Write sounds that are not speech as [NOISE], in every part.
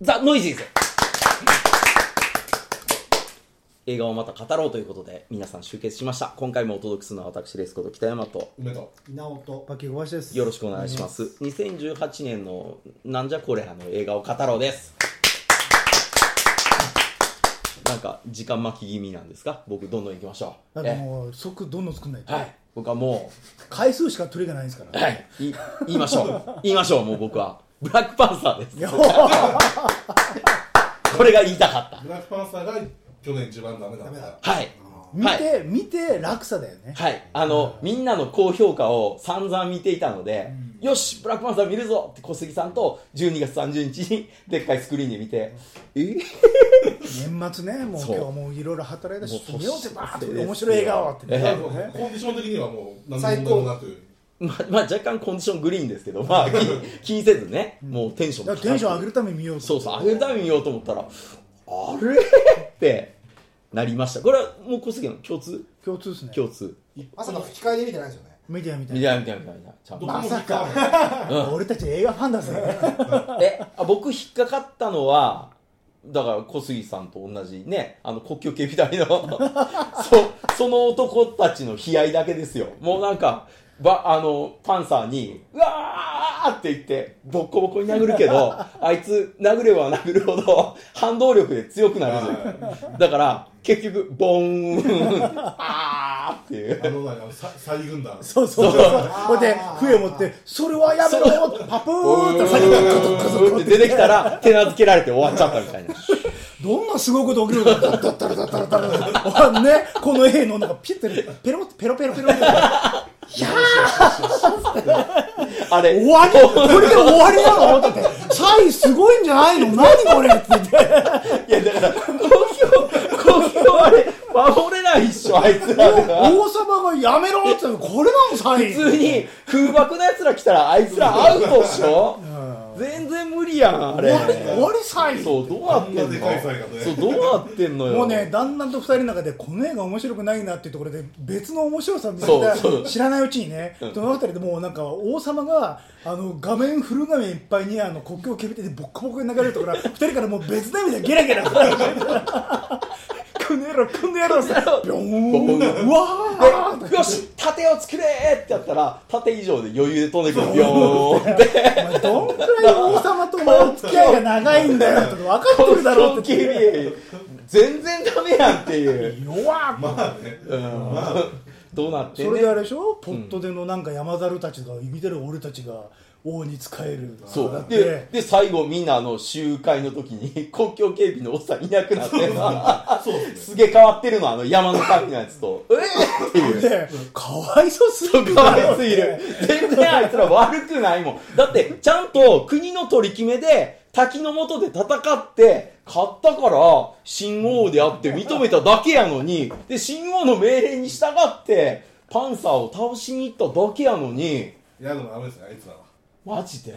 ザ・ノイジーズ映画をまた語ろうということで皆さん集結しました今回もお届けするのは私レスこと北山と梅と直人パキ小林ですよろしくお願いします2018年のなんじゃこりゃの映画を語ろうですなんか時間巻き気味なんですか僕どんどん行きましょうなんかもう即どんどん作んないえと、はい僕はも回数しか取りがないんですから、う、はい、い言いましょう言いましょうもう僕はブラックパンサーですいやほらこれが言いたかったブラックパンサーが去年一番ダメだったダメだはい見て、はい見て落差だよね、はい、あの、みんなの高評価を散々見ていたので、よし、ブラックパンサー見るぞって小杉さんと12月30日にでっかいスクリーンで見て、え年末ねもうそう今日もいろいろ働いたしもう見ようぜバーってそうですよ面白い映画をって、えコンねディション的にはもう何最の高問題もなくままあ若干コンディショングリーンですけど、まあ気気にせずね、もうテンションだ高かいらテンション上げるために見ようとそうそう、上げたい見ようと思ったら、あれってなりました。これはもう小杉の共通共通ですね共通。まさか吹き替えで見てないですよね。見てみたいみなたいなみたいなみたいな。ちゃんとどこもまさか引っか俺たち映画ファンだぜえあ僕引っかかったのはだから小杉さんと同じねあの国境警備隊のそその男たちの悲哀だけですよもうなんかばあのパンサーに「うわー!」って言ってボッコボコに殴るけどあいつ殴れば殴るほど反動力で強くなるだから結局ボーンあーっていうあのなんかさ再軍団 [LAUGHS] そうそうそうほいで笛持ってそれはやめろパプーって下げてって出てきたら手なずけられて終わっちゃったみたいな。どんなすごいこと起きるのかだったらだったらだった [LAUGHS] らねこの絵の中ピュッてペロペロペロペロペロあれ終わりこれで終わりなのだってサイすごいんじゃないの何これって言っいてやだから公共公共あれ守れないっしょあいつらが王様がやめろって言ったのこれなのサイ普通に空爆のやつら来たらあいつらアウトっしょ全然無理やんあ終れわり終わりサイそうどうなっあてんんのなでかいサイがねそうどうなってんのよもうね旦那と二人の中でこの映画面白くないなっていうところで別の面白さを見つけそうそうた知らないうちにねそのあたりでもうなんか王様があの画面フル画面いっぱいにあの国境を決めてボッコボコに流れるところは二人からもう別の意味でゲラ [LAUGHS] ゲラくねろくねろさビョーンうわーでよし盾を作れーってやったら盾以上で余裕で飛んでくるビョーンってお前どんくらい王様とお前お付き合いが長い [LAUGHS] んだよって分かってるだろうって言ってって全然ダメやんっていう、弱っまあねうんどうなってんそねれんであれでしょ、ポットでのなんか山猿たちが生きてる俺たちが王に仕えるそうででで最後みんなあの集会の時に [LAUGHS] 国境警備のおっさんいなくなってそうです [LAUGHS] ねすげえ変わってるのあの山の神のやつとええっていうでかわいそうすぎる変わりすぎる全然あいつら悪くないもんだってちゃんと国の取り決めで滝の下で戦って勝ったから新王であって認めただけやのにで新王の命令に従ってパンサーを倒しに行っただけやのにやるのダメですねあいつらはマジで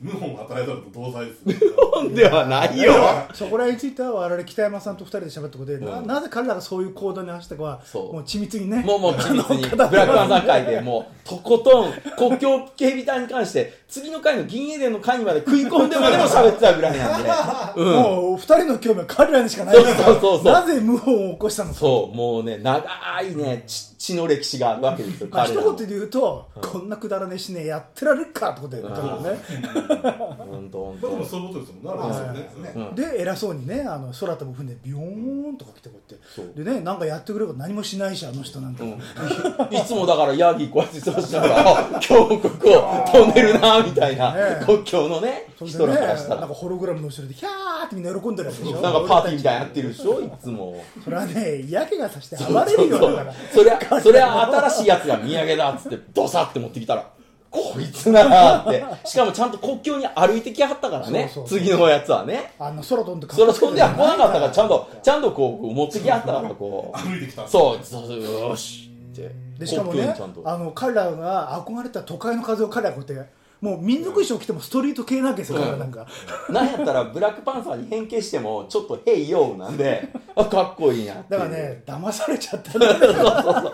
無本与えたのと同罪ですね [LAUGHS] 本ではないよそこら辺については我々北山さんと二人で喋ったことで、ななぜ彼らがそういう行動に走ったかはそうもう緻密にねもうもう緻密にブラックアンサー会でもうとことん国境警備隊に関して次の回の銀エデンの会にまで食い込んでまでも喋ってたぐらいなんでうんもう二人の興味は彼らにしかないか [LAUGHS] らそうそうそうそうなぜ謀反を起こしたのか、そうもうね長いね血血の歴史があるわけですよまあ、彼一らの言で言うと、こんなくだらねえしねやってられるかってことだよね多分ねほんとほん僕もとそういうことですもんなはいるほどねうんで偉そうにねあの空飛ぶ船ビヨーンとか来てこうやそうってでねなんかやってくれること何もしないしあの人なんか、うんいつもだからヤギこうやってそうしながらあ今日もここ飛んでるなみたいなねえ国境のねそれで人ねらからしたなんからホログラムの後ろでキャーってみんな喜んでるわけでしなょんかパーティーみたいなのやってるでしょいつも。それはねやけがさして暴れるようだからそり [LAUGHS] ゃ、そりゃ新しいやつが土産だっつって、ドサって持ってきたら、こいつならって。しかもちゃんと国境に歩いてきはったからね。そうそうそう次のやつはね。あの空飛んでそれ飛んでは来なかったから、ちゃんとと、ちゃんとこう、持ってきはったから、こう。歩いてきたそう、そうそう、よーしって。でしかも国境ねにちゃんと。あの彼らが憧れた都会の風を彼らこうやってもう民族衣装着てもストリート系なわけですよ、彼らなんかなんやったら、ブラックパンサーに変形しても、ちょっと、ヘイヨーなんで、 [LAUGHS] あ、かっこいいなっていだうからね騙されちゃったんだよ [LAUGHS] そうそうそう。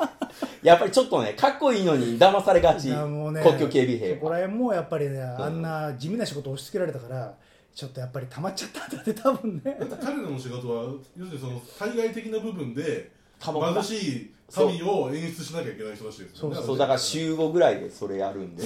やっぱりちょっとね、かっこいいのに騙されがち。いやもうね国境警備兵そこは。ら辺もやっぱりねあんな地味な仕事を押し付けられたからちょっとやっぱり溜まっちゃったんだって多分ね彼らの仕事は要するにその対外的な部分で多分貧しい民を演出しなきゃいけない人らしいですよねそうだから週5ぐらいでそれやるん [LAUGHS] で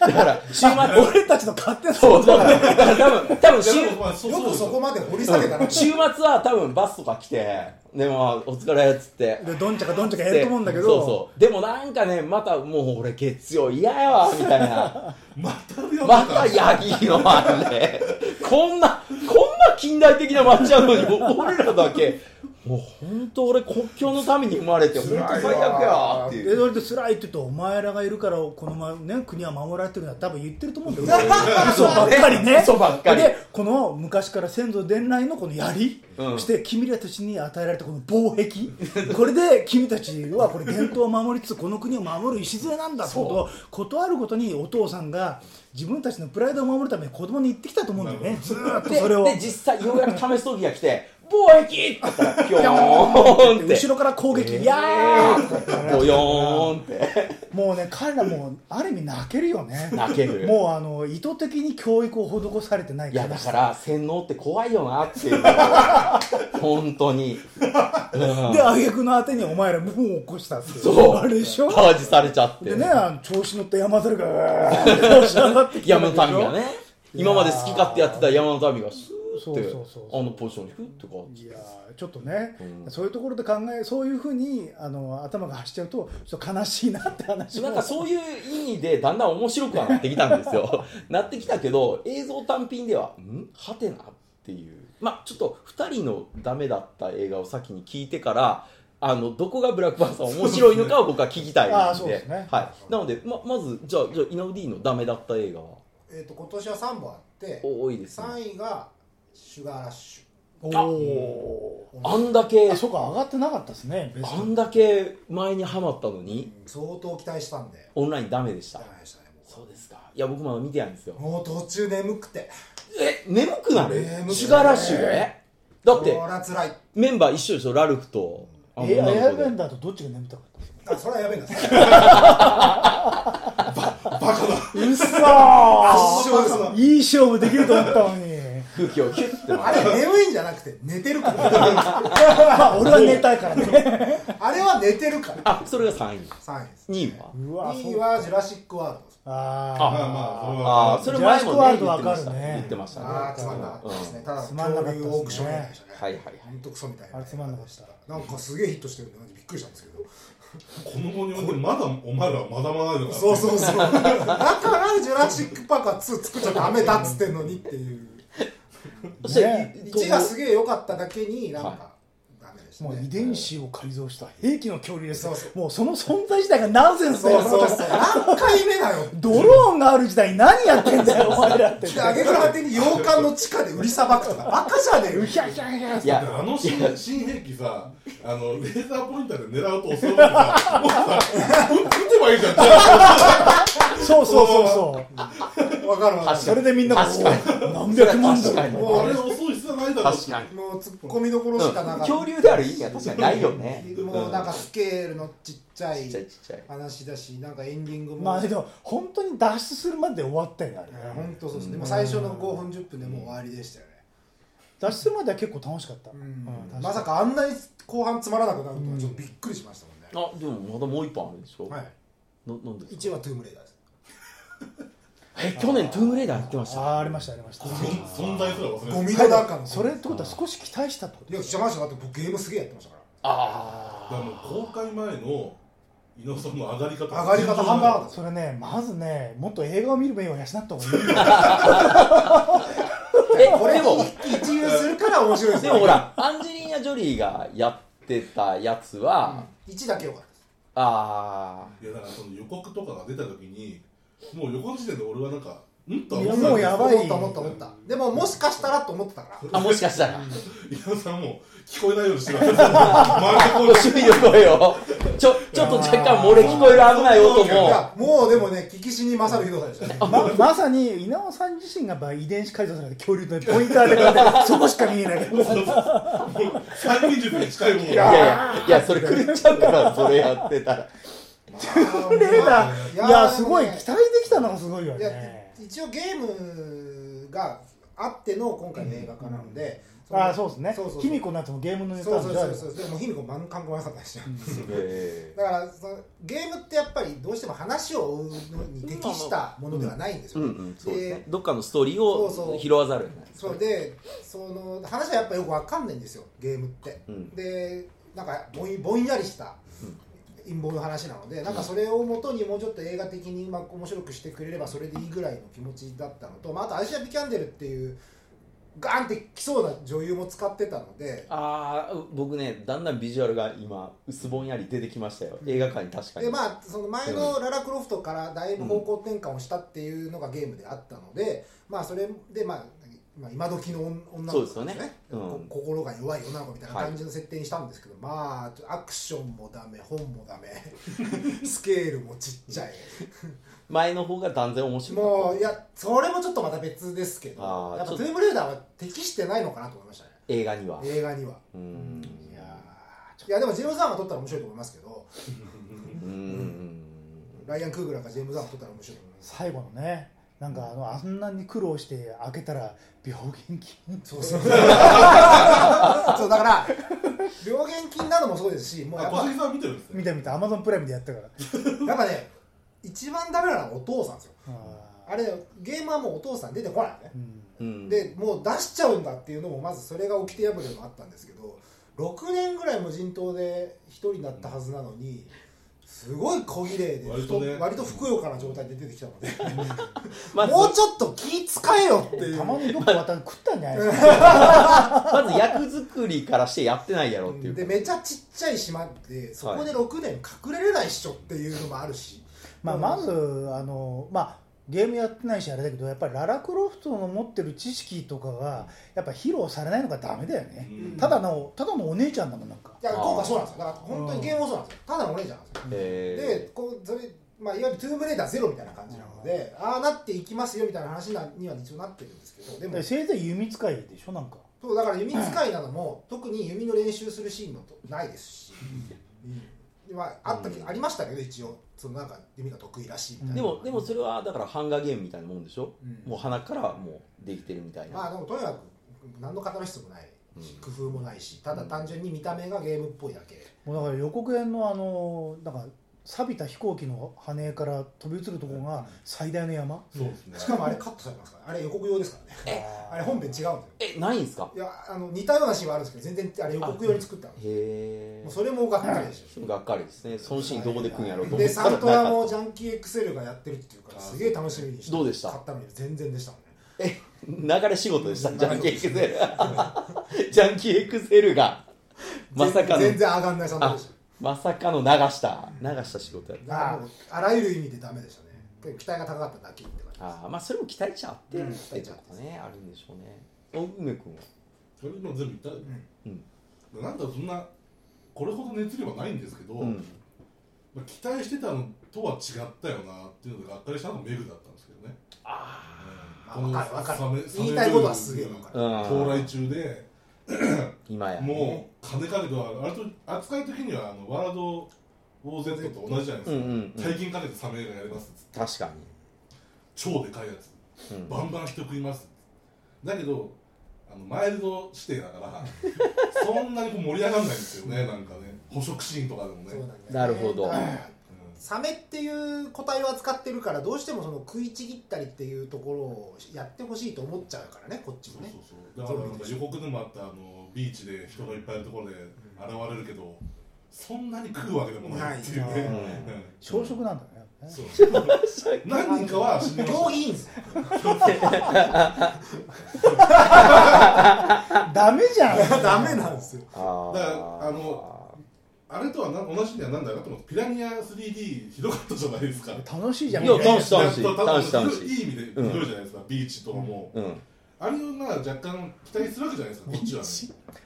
だから [LAUGHS] 週末俺たちの勝手なそうだから多分多分週いやでもまあそうようでくすそこまで掘り下げたな週末は多分バスとか来てでもお疲れっつってでどんちゃかどんちゃかやると思うんだけどそうそうでもなんかねまたもう俺月曜嫌やわみたい [LAUGHS] なまたやまたヤギのあれこんなこんな近代的な街なのに俺らだけもう本当俺国境のために生まれて本当最悪やっていでうそれで辛いって言うとお前らがいるからこのまね国は守られてるんだ多分言ってると思うんだよ嘘ばっかりね嘘ばっかりでこの昔から先祖伝来のこの槍、うんそして君らたちに与えられたこの防壁これで君たちはこれ伝統を守りつつこの国を守る礎なんだってことを断るごとにお父さんが自分たちのプライドを守るために子供に言ってきたと思うんだよねずーっとでそれをで実際ようやく試す時が来て「貿易!」って言ったらピョーンって後ろから攻撃、いやーボヨーンってもうね彼らもうある意味泣けるよね泣けるもうあの意図的に教育を施されてないいやだしから洗脳って怖いよなっていう本当に、うんで挙句のあてにお前ら謀反を起こしたっていうそうあれでしょパージされちゃってでねあの調子乗って山猿がうわーって押し上がってきてる山でしょの民がね今まで好き勝手やってた山の民がスーそうッてそうそうそうあのポジションにフッとかいやーちょっとね、うんそういうところで考えそういうふうにあの頭が走っちゃうとちょっと悲しいなって話もなんかそういう意味でだんだん面白くはなってきたんです [LAUGHS] よなってきたけど映像単品では「んはてな」っていうまあちょっと2人のダメだった映画を先に聞いてからあのどこがブラックパンサー面白いのかを僕は聞きたいあーのそうでですねはい、なのでままずじゃあじゃあイナウディのダメだった映画はえっと今年は3本あって多いですね3位がシュガーラッシおおーあんだけあそうか上がってなかったですねベスあトんだけ前にハマったのュに相当期待したんでオンラインダメでしたダメでしたねもそうですかいや僕まだ見てないんですようもう途中眠くてえ眠くなる眠くなるシュガーラッシュでだってこら辛いメンバー一緒でしょラルフとあのエア女エアのベン子でダーとどっちが眠たかったあそれはやべえ [LAUGHS] なうっそー圧勝ですわいい勝負できると思ったのに [LAUGHS] 空気をキュッてあ回れ眠いんじゃなくて寝てるから [LAUGHS] まあ俺は寝たいからねあれは寝てるからあそれが3位3位です2位はうわ2位はジュラシック・ワールドですまああまあああそそれれ前はジャスコワールドもね言ってましたわか言ってましるねたねああつまんなかったですねただつまんなかった恐ですね竜オークションみたいでしたねはいはいはいほんとクソみたいなあれつまんなかったなんかすげえヒットしてるんでマジびっくりしたんですけどこの後においてまだお前らはまだまだだなそうそうそうだからジュラシック・パークは2作っちゃダメだっつってんのにって [LAUGHS] いうそしてね1がすげえ良かっただけになんかダメでしたもう遺ね伝子を改造した兵器の恐竜ですそうそもうその存在自体がナンセンスだそようそうそう何回目だよドローンがある時代に何やってんだよお前らってで挙げ句の果てに洋館の地下で売りさばくとかバカじゃねえうよひゃひゃひゃいやあの新新兵器さ、あのレーザーポインターで狙うと襲うからさ、もうさ、撃てばいいじゃん。そうそうそうそうわかるわかそれでみんな確かおー何百万確かだにもうあれ襲う必要ないだろ。確かにるもうツッコミどころしかなかうんった恐竜である意味は確かにないよねもうなんかスケールのちっちゃちっいちゃいちっちゃい話だしなんかエンディングも、まあでも本当に脱出するまで終わったよねあれえー本当そうですね、もう最初の5分10分でもう終わりでしたよね、脱出するまでは結構楽しかったうん確かにまさかあんなに後半つまらなくなるとはちょっとびっくりしましたもんね、あでもまだもう一本あるでしょはいななんですか1位はトゥームレイダーですえ去年トゥームレイダーやってましあたーありましたありましたそ存在すら忘れてゴる。ミの中のそれってことは少し期待したってこといやしちゃいましただって僕ゲームすげえやってましたかあだからもう公開前の伊野さんの上がり方。ら上がり方半端なかったですそれねまずねもっと映画を見る目を養った [LAUGHS] 方がいいよえこれでもを一遊するから面白いですでよもほらアンジェリーナ・ジョリーがやってたやつは、 1だけよかったですあいやだからその予告とかが出た時に、もう予告時点で俺はなんか、うんとはいうやんだもうけどやばい思った思った思ったでももしかしたらと思ってたからーあもしかしたら伊野さんもう聞こえないようにしてるわけですよ。周 [LAUGHS] りの声周囲の声をちょちょっと若干漏れ聞こえる危ない音いもやもうでもね聞き死に勝るひどさでしたねままさに稲尾さん自身がやっぱ遺伝子改造された恐竜のポインターでこ [LAUGHS] うそこしか見えないもう三人術に近いものいやいやいやそれ狂っちゃうからそれやってたらレーダーいいややすごいで期もね待できたのがすごいよいやね一応ゲームがあっての今回の映画化なので、ああそうですねそうそうそう卑弥呼のやつもゲームのネタそうなんそでうしょそうそうでも卑弥呼万感怖かったでしょ、えだからそのゲームってやっぱりどうしても話を追うのに適したものではないんですうよ、んうんそうですねでどっかのストーリーをそうそう拾わざるを得ないそうでその話はやっぱよくわかんないんですよゲームって、うんでなんかぼんぼんやりした陰謀の話なのでなんかそれをもとにもうちょっと映画的にうまく面白くしてくれればそれでいいぐらいの気持ちだったのと、まあ、あとアイシャ・ビキャンデルっていうガーンってきそうな女優も使ってたのでああ僕ねだんだんビジュアルが今薄ぼんやり出てきましたよ映画館に確かにでまあその前のララクロフトからだいぶ方向転換をしたっていうのがゲームであったので、まあそれでまあまあ今時の女の子そうですよねうんこ心が弱い女の子みたいな感じの設定にしたんですけど、まあちょアクションもダメ本もダメ [LAUGHS] スケールもちっちゃい前の方が断然面白かったもういやそれもちょっとまた別ですけどあーやっぱちょトっとゥームレーダーは適してないのかなと思いましたね映画には映画にはうーんいやーいやでもジェームズ・ワンが撮ったら面白いと思いますけどうーんライアン・クーグラーかジェームズ・ワンが撮ったら面白いと思います最後のねなんかあのあんなに苦労して開けたら病原菌 [LAUGHS] そうそうそうだから病原菌なのもそうですしもうやあっ小ぱ杉さん見てるんですね見た見たアマゾンプライムでやったからやっぱね一番ダメなのはお父さんですよああれゲームはもうお父さん出てこないのねー、うんうんでもう出しちゃうんだっていうのもまずそれが起きて破れもあったんですけど6年ぐらい無人島で一人になったはずなのにすごい小綺麗で割とねふ割とふくよかな状態で出てきたので、まずもうちょっと気使えよっていうたまにどっかまた食ったんじゃないですかまず役作りからしてやってないやろっていうでめちゃちっちゃい島でそこで6年隠れれないっしょっていうのもあるし、まあ、まずあの、まあ、ゲームやってないしあれだけどやっぱりララクロフトの持ってる知識とかがやっぱ披露されないのがダメだよね、うんただのただのお姉ちゃんだもんなんかいや今回そうなんですよだから本当にゲームもそうなんですよただのお姉ちゃんなんですよ、えでこうそれ、まあ、いわゆるトゥームレーダーゼロみたいな感じなので、ああなっていきますよみたいな話なには一応なってるんですけどでだもからせいぜい弓使いでしょなんかそうだから弓使いなども、特に弓の練習するシーンのとないですし、うんまあ、あったけ、うんありましたけど一応そのなんか弓が得意らしいみたいなでもでもそれはだからハンガーゲームみたいなもんでしょ、うんもう鼻からもうできてるみたいな、まあでもとにかく何のカタルシスもないし、工夫もないしただ単純に見た目がゲームっぽいだけ、もうだから予告編のあのなんか錆びた飛行機の羽から飛び移るところが最大の山、そうですねしかもあれカットされますからあれ予告用ですからねあれ本編違うんですよえないんすかいやあの似たようなシーンはあるんですけど全然あれ予告用に作ったの、へもえうそれもがっかりでしょがっかりですねそのシーンどこで来るんやろうと思でったサらンなトラかもっジャンキーエクセルがやってるっていうからすげえ楽しみにしてどうでした買ったのに全然でしたもんねたえ流れ仕事でしたジャンキーエクセルジャンキーエクセルがまさかの全全然上がんないサントラでしまさかの流した流した仕事やったただからもうあらゆる意味でダメでしたね結構期待が高かっただけって感じですあーまあそれも期待値あってうんるってちょっとね、あるんでしょうねお梅君はそれ今全部言ったうんよなんかそんなこれほど熱量はないんですけど、うんまあ、期待してたのとは違ったよなっていうのでがっかりしたのがメグだったんですけどねまあわかるわかるサメサメ言いたいことはすげえわかる到来中で今や、もう金かけてはあれと扱い的にはあのワールドウォー Z と同じじゃないですか、うんうんうん大金かけてサメ映画やりますっつって確か超でかいやつに、うんバンバン人食いますだけどあのマイルド指定だからそんなにこう盛り上がらないんですよねなんかね捕食シーンとかでもねそうなんだよねなるほどだからうサメっていう個体を扱ってるからどうしてもその食いちぎったりっていうところをやってほしいと思っちゃうからねこっちもんねそうそうそうだからなんか予告でもあったあのビーチで人がいっぱいいるところで現れるけどそんなに食うわけでもないっていうねないなうん小食なんだねやっぱねそう [LAUGHS] 何人かは死にました行儀いいんですよ [LAUGHS] [LAUGHS] ダメじゃん [LAUGHS] ダメなんですよあーだからあのあれとはな同じにはなんだかと思ってピラニア 3D ひどかったじゃないですか楽しいじゃんいや楽しいやっと楽しい楽しいいい意味でひどいじゃないですか、ビーチとかも、うん、あれをまあ若干期待するわけじゃないですかこっちはね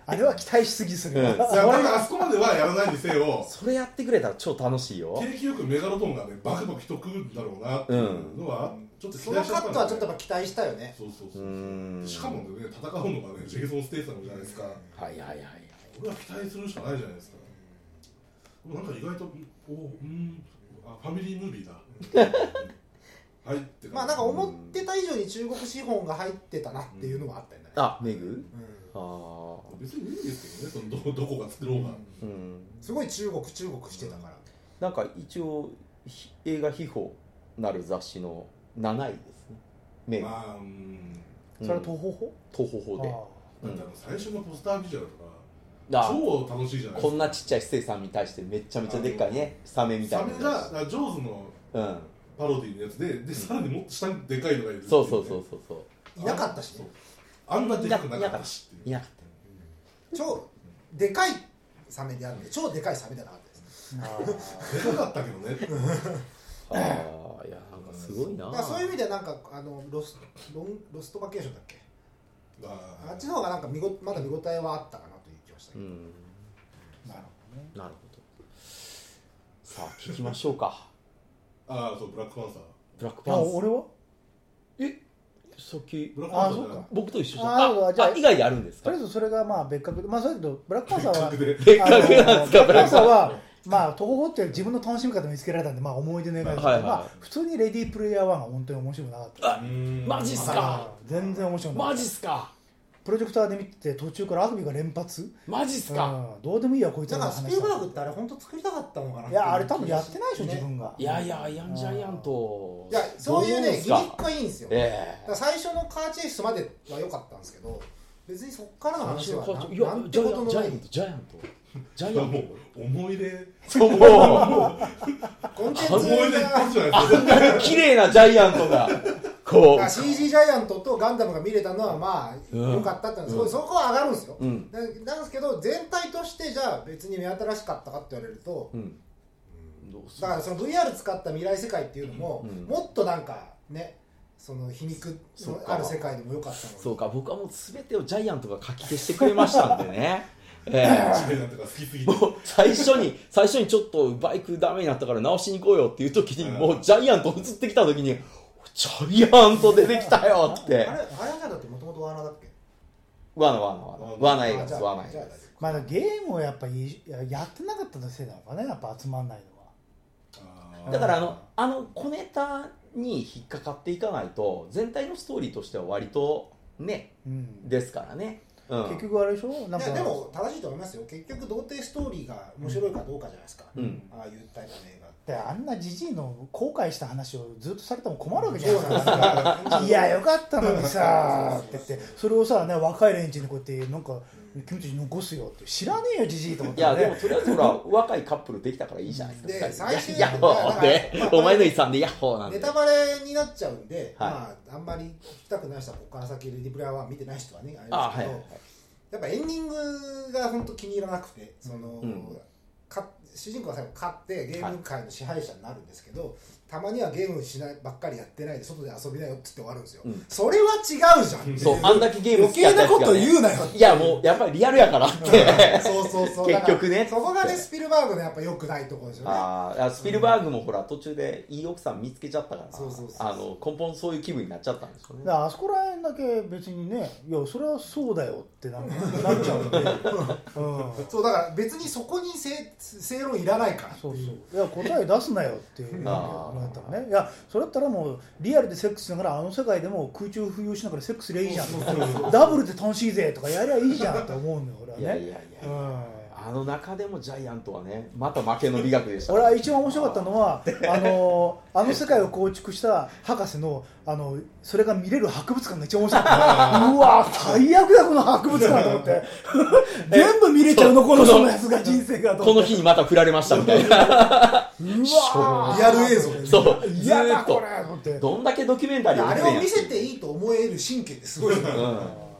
あれは期待しすぎする、うんいやだからあそこまではやらないにせよそれやってくれたら超楽しいよ景気よくメガロドンがねバクバク人食うんだろうなっていうのは、ちょっと期その待しちカゃったんだよットはちょっとやっぱ期待したよねそうそうそううーんしかもね戦うのがねジェイソン・ステイサムじゃないですかはいはいはい俺は期待するしかないじゃないですか [LAUGHS] でもなんか意外とおうんあファミリームービーだ入ってたまあなんか思ってた以上に中国資本が入ってたなっていうのはあったんだね、あメグうんああ別にいいんですけどねそのどどこが作ろうが、うんすごい中国中国してたから、なんか一応ひ映画秘宝なる雑誌の7位ですねメグ、まあうんうんそれは東方法途方法であだってあの最初のポスタービジュアルとかあ超楽しいじゃないでこすんかなちっちゃい生さんに対してめっちゃめちゃでっかいねサメみたサいなメがだからジョーズのうんパロディのやつででさらにもっと下にでかいのがいるっていね、そうそうそうそうそういなかったしねあんなでかくなかったしっていいうなかっ超でかいサメであって超でかいサメじゃなかったですでかかったけどねたああいやなんかすごいなだからそういう意味ではなんかあのロスロンロストバケーションだっけ [LAUGHS] ああっちの方がなんか見ごまだ見応えはあったかなという気がしたけうど、んなるなるほどさあ聞きましょうかあそうブラックパンサーブラックほどねパあンサー俺はえさっきブラックパンサーあそうか僕と一緒じゃんあああじゃああ以外であるんですとかりあえずそれがまあ別格でまあそうだけどブラックパンサーは別 [LAUGHS] 格あ [LAUGHS] の別格なんですかブラックパンサーはまあ東方って自分の楽しみ方見つけられたんでまあ思い出の映画ですけどはいはいはいまあ普通にレディープレイヤー1は本当に面白くなかったあマジっっすかか全然面白くなかマっジたっすかプロジェクターで見てて途中からアグビが連発マジっすか、うんどうでもいいやこいつだらのから話スピルバーグってあれ本当作りたかったのかなっていうやあれ多分やってないでしょね自分がいやいやアイアンジャイアントいやそういうどねですギミかックはいいんですよ、えだえから最初のカーチェイスまでは良かったんですけど別にそこからの話はこなっちいやなんてジャイこアとンのジなャイいアントジャイアントジャイアンもトう思い出そうもコンテンツ思い出一が発じゃないですかう綺麗なジャイアントがだこから CG ジャイアントとガンダムが見れたのはまあうん良かったってのはすごい、そこは上がるんですよ、ううんななんですけど全体としてじゃあ別に目新しかったかって言われるとうんどうすだるからその VR 使った未来世界っていうのも、うんもっとなんかねその皮肉そのうかある世界でも良かったのにそうか僕はもう全てをジャイアントが書き消してくれましたんでねええジャイアントが好き [LAUGHS] すぎてもう最初に最初にちょっとバイクダメになったから直しに行こうよっていう時にうんもうジャイアント映ってきた時にジャイアント出てきたよっあれてあれなんだってもともとワーナーだっけわなわなわなわな映画ですあわな映じゃ画あですまあだからゲームをやっぱいいややってなかったのせいなのかねやっぱ集まんないのはあーだからあのあの小ネタに引っかかっていかないと全体のストーリーとしては割とねうんですからね、うん、結局あれでしょなんいかやでも正しいと思いますよ結局童貞ストーリーが面白いかどうかじゃないですか、うんああいうタイプの映画であんなじじいの後悔した話をずっとされても困るわけじゃそうないですかなんですよ [LAUGHS] いやよかったのにさって言ってそれをさ、ね、若い連中にこうやってなんか君たち残すよって知らねえよじじいと思っいて、ね、やでもとりあえずほら若いカップルできたからいいじゃないですかで二最人終でヤッホーでだからお前の遺産でヤッホーなんネでタバレになっちゃうんで、はいまあ、あんまり聞きたくない人はここから先レディブラは見てない人はねあれですけどあはいはいはいやっぱエンディングが本当気に入らなくてその、んか主人公が最後勝ってゲーム界の支配者になるんですけど、たまにはゲームしないばっかりやってないで外で遊びなよって言って終わるんですよ、うんそれは違うじゃんそうあんだけゲーム好きやったやつが、ね、余計なこと言うなよいやもうやっぱりリアルやからってそうそうそう結局ねだからそこがねスピルバーグのやっぱ良くないところですよねあーあスピルバーグもほら途中でいい奥さん見つけちゃったからそうそうそうあの根本そういう気分になっちゃったんですよだねからあそこら辺だけ別にねいやそれはそうだよってなんかなっちゃうんで、うん、そうだから別にそこに正正論いらないからそうそういや答え出すなよっていうあーなったらねいやそれだったらもうリアルでセックスしながらあの世界でも空中浮遊しながらセックスでいいじゃんとかダブルで楽しいぜとかやりゃいいじゃんと思うのよ俺はいねやいやいやうんあの中でもジャイアントはねまた負けの美学でしたね俺は一番面白かったのはあのあの世界を構築した博士のあのそれが見れる博物館が一番面白かったうわ最悪だこの博物館と思って全部見れちゃうのこの人のやつが人生がとこの思って日にまた振られましたみたいなうわリアル映像でそうず嫌ーだっことれと思ってどんだけドキュメンタいリーやあれてんやを見せていいと思える神経ってすごいよねうん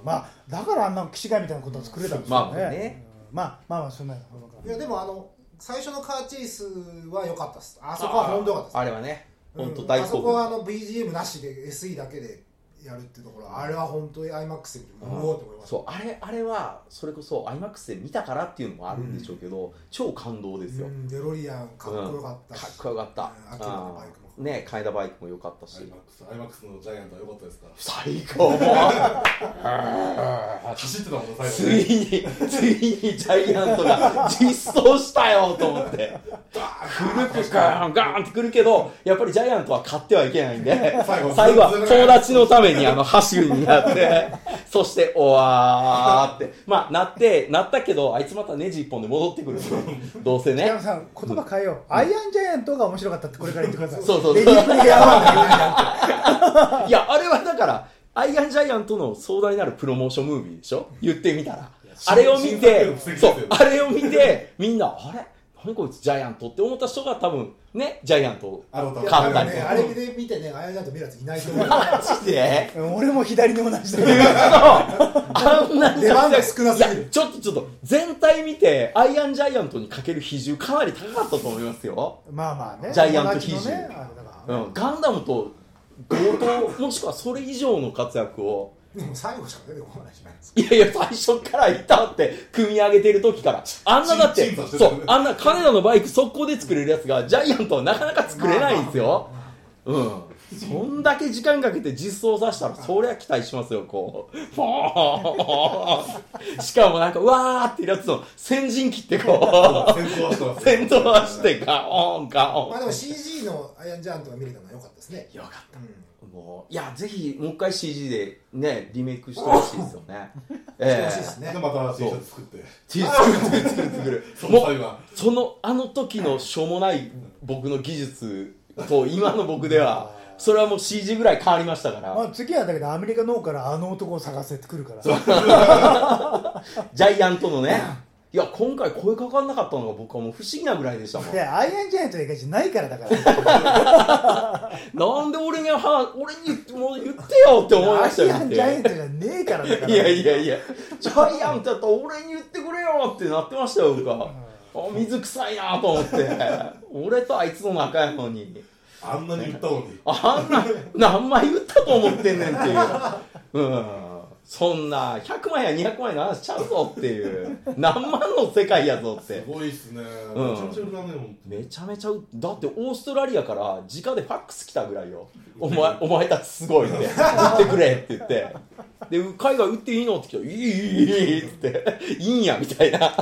まあだからあんな騎士街みたいなことは作れたんですまよあね,、ねまあまあまあそんなのいやでもあの最初のカーチェイスは良かったですあそこは本当良かったあでれはねす本当うん大あ好そこはあ物の BGM なしで SE だけでやるっていうところあれは本当に IMAX で見てうおーって思いましたそうあれあれはそれこそ IMAX で見たからっていうのもあるんでしょうけど超感動ですようんデロリアンかっこよかったしかっこよかったうん秋田のバイクもうんねカイダバイクも良かったしアイマックスアイマックスのジャイアントは良かったですから最高もう走ってたもんねつ最後いねについにジャイアントが実装したよと思ってバーン来るくガーンガーンって来るけどやっぱりジャイアントは勝ってはいけないんで最後最後は友達のためにあの箸になってそしておわーってまあなってなったけどあいつまたネジ一本で戻ってくるんですよどうせ北ね山さん言葉変えよう、アイアンジャイアントが面白かったってこれから言ってくださいそうそうレディープレイヤーはい [LAUGHS] や、あれはだから、アイアンジャイアントの壮大なるプロモーションムービーでしょ言ってみたら。あれを見新作よてりも素敵、ですそよう、あれを見て、みんな、あれ何こいつジャイアントって思った人が多分、ね、ジャイアントをあの多分買ったりねとあか。れで見てねあやちゃんと見るやついないと思うマジでうん俺も左に同じだ嘘あんなに出番が少なすぎるいやちょっとちょっと、全体見て、アイアンジャイアントにかける比重かなり高かったと思いますよ。まあまあねジャイアント比重友達のねあのだからうん、ガンダムと強盗、もしくはそれ以上の活躍を、でも最後しか出てこないじゃないですかいやいや、最初からいたって、組み上げてる時から。あんなだっチて、ンチンとしてそう、あんな金田のバイク速攻で作れるやつが、ジャイアントはなかなか作れないんですよ。うん。そんだけ時間かけて実装させたら、そりゃ期待しますよ、こう。ポーンしかもなんか、うわーってやつの先陣切ってこ先頭はしてまう、す先頭走ってガオンガオまあン。でも CG のアイアンジャイアントが見れたのは良かったですねよかった。うんもう、いや、ぜひ、もう一回 CG でね、リメイクしてほしいですよね。してえほしいえですねでまた T シャツ作って T シャツ作る作るそ作るのもう際はそのあの時のしょうもない僕の技術と今の僕ではそれはもう CG ぐらい変わりましたかまらあ、次はだけどアメリカの方からあの男を探せってくるからジャイアントのねいや今回声かかんなかったのが僕はもう不思議なぐらいでしたもんいやアイアンジャイアントの映画じゃないからだからなんで俺には俺にもう言ってよって思いましたよアイアン見ジャイアンてトじゃねえからだからいやいやいやジャイアントやったら俺に言ってくれよってなってましたよ僕はあ水臭いなと思って俺とあいつの仲やのにあんなに言ったのにあんな何枚売ったと思ってんねんっていう、うん、そんな100万や200万やの話ちゃうぞっていう何万の世界やぞっすてごいっすねめんちゃめちゃ売らねえもんめちゃめちゃうだってオーストラリアから直でファックス来たぐらいよお前お前たちすごいって売ってくれって言ってで海外売っていいのって来たらいいいいいいっていいんやみたいな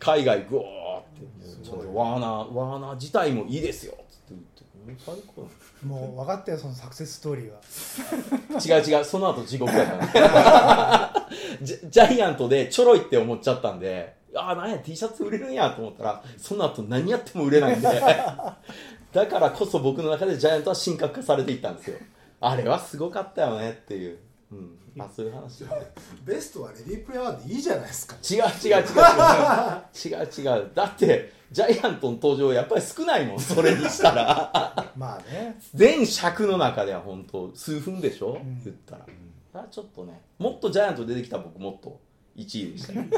海外グワーってちょっとワーナーワーナー自体もいいですよって言って最高もう分かったよそのサクセスストーリーは違う違うその後地獄やから [LAUGHS] ジャジャイアントでちょろいって思っちゃったんでああなんや T シャツ売れるんやと思ったらその後何やっても売れないんで [LAUGHS] だからこそ僕の中でジャイアントは神格化されていったんですよあれはすごかったよねっていう、うん、まあそういう話ベストはレディープレイヤーでいいじゃないですか違う違う違う違う違う違うだってジャイアントの登場やっぱり少ないもんそれにしたらまあね全尺の中では本当数分でしょ、ん言ったらそれはちょっとねもっとジャイアント出てきたら僕もっと1位でしたね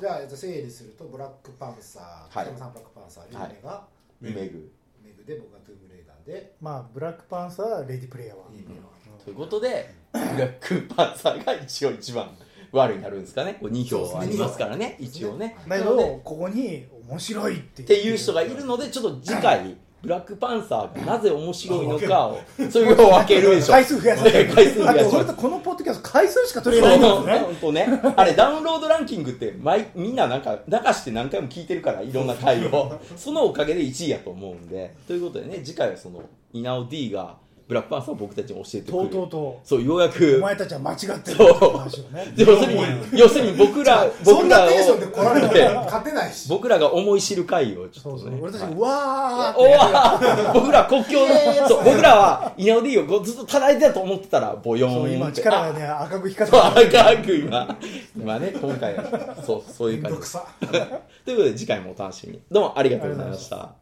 じゃあえっと整理するとブラックパンサーはい北山さんブラックパンサーリはいュウメがメグメグで僕がトゥームレイダーでまあブラックパンサーレディープレイヤーはリュウメイはということでブラックパンサーが一応一番悪いになるんですかねこう2票ありますからね一応ねだけなのどでここに面白いっていっうていう人がいるのでちょっと次回ブラックパンサーがなぜ面白いのかをそれを分けるでしょ回数増やすね回数増だっやてしま俺すとこのポッドキャスト回数しか取そりう上げないんですね本当ね。あれ、ダウンロードランキングって、毎、みんななんか、流して何回も聞いてるから、いろんな回を。そのおかげで1位やと思うんで。ということでね、次回はその、稲尾 D が、ブラックパンサーを僕たちに教えてくれとる。うとうとそう、ようやおく。前たちは間違ってるっていう話をね要するに、要するに僕ら、そ僕んらなをテンションで来られたら勝てないし僕らが思い知る回を、ちそょうっそとう、ね。俺たちはいがうわーおわ僕ら国境の、そう僕らは稲尾 D をこうずっと叩いてたと思ってたら、ボヨそうーン今って。力がね赤く光ってた赤く今、今ね、今回は、そう、そういめうん感どじくです。さということで次回もお楽しみにどうもありがとうございました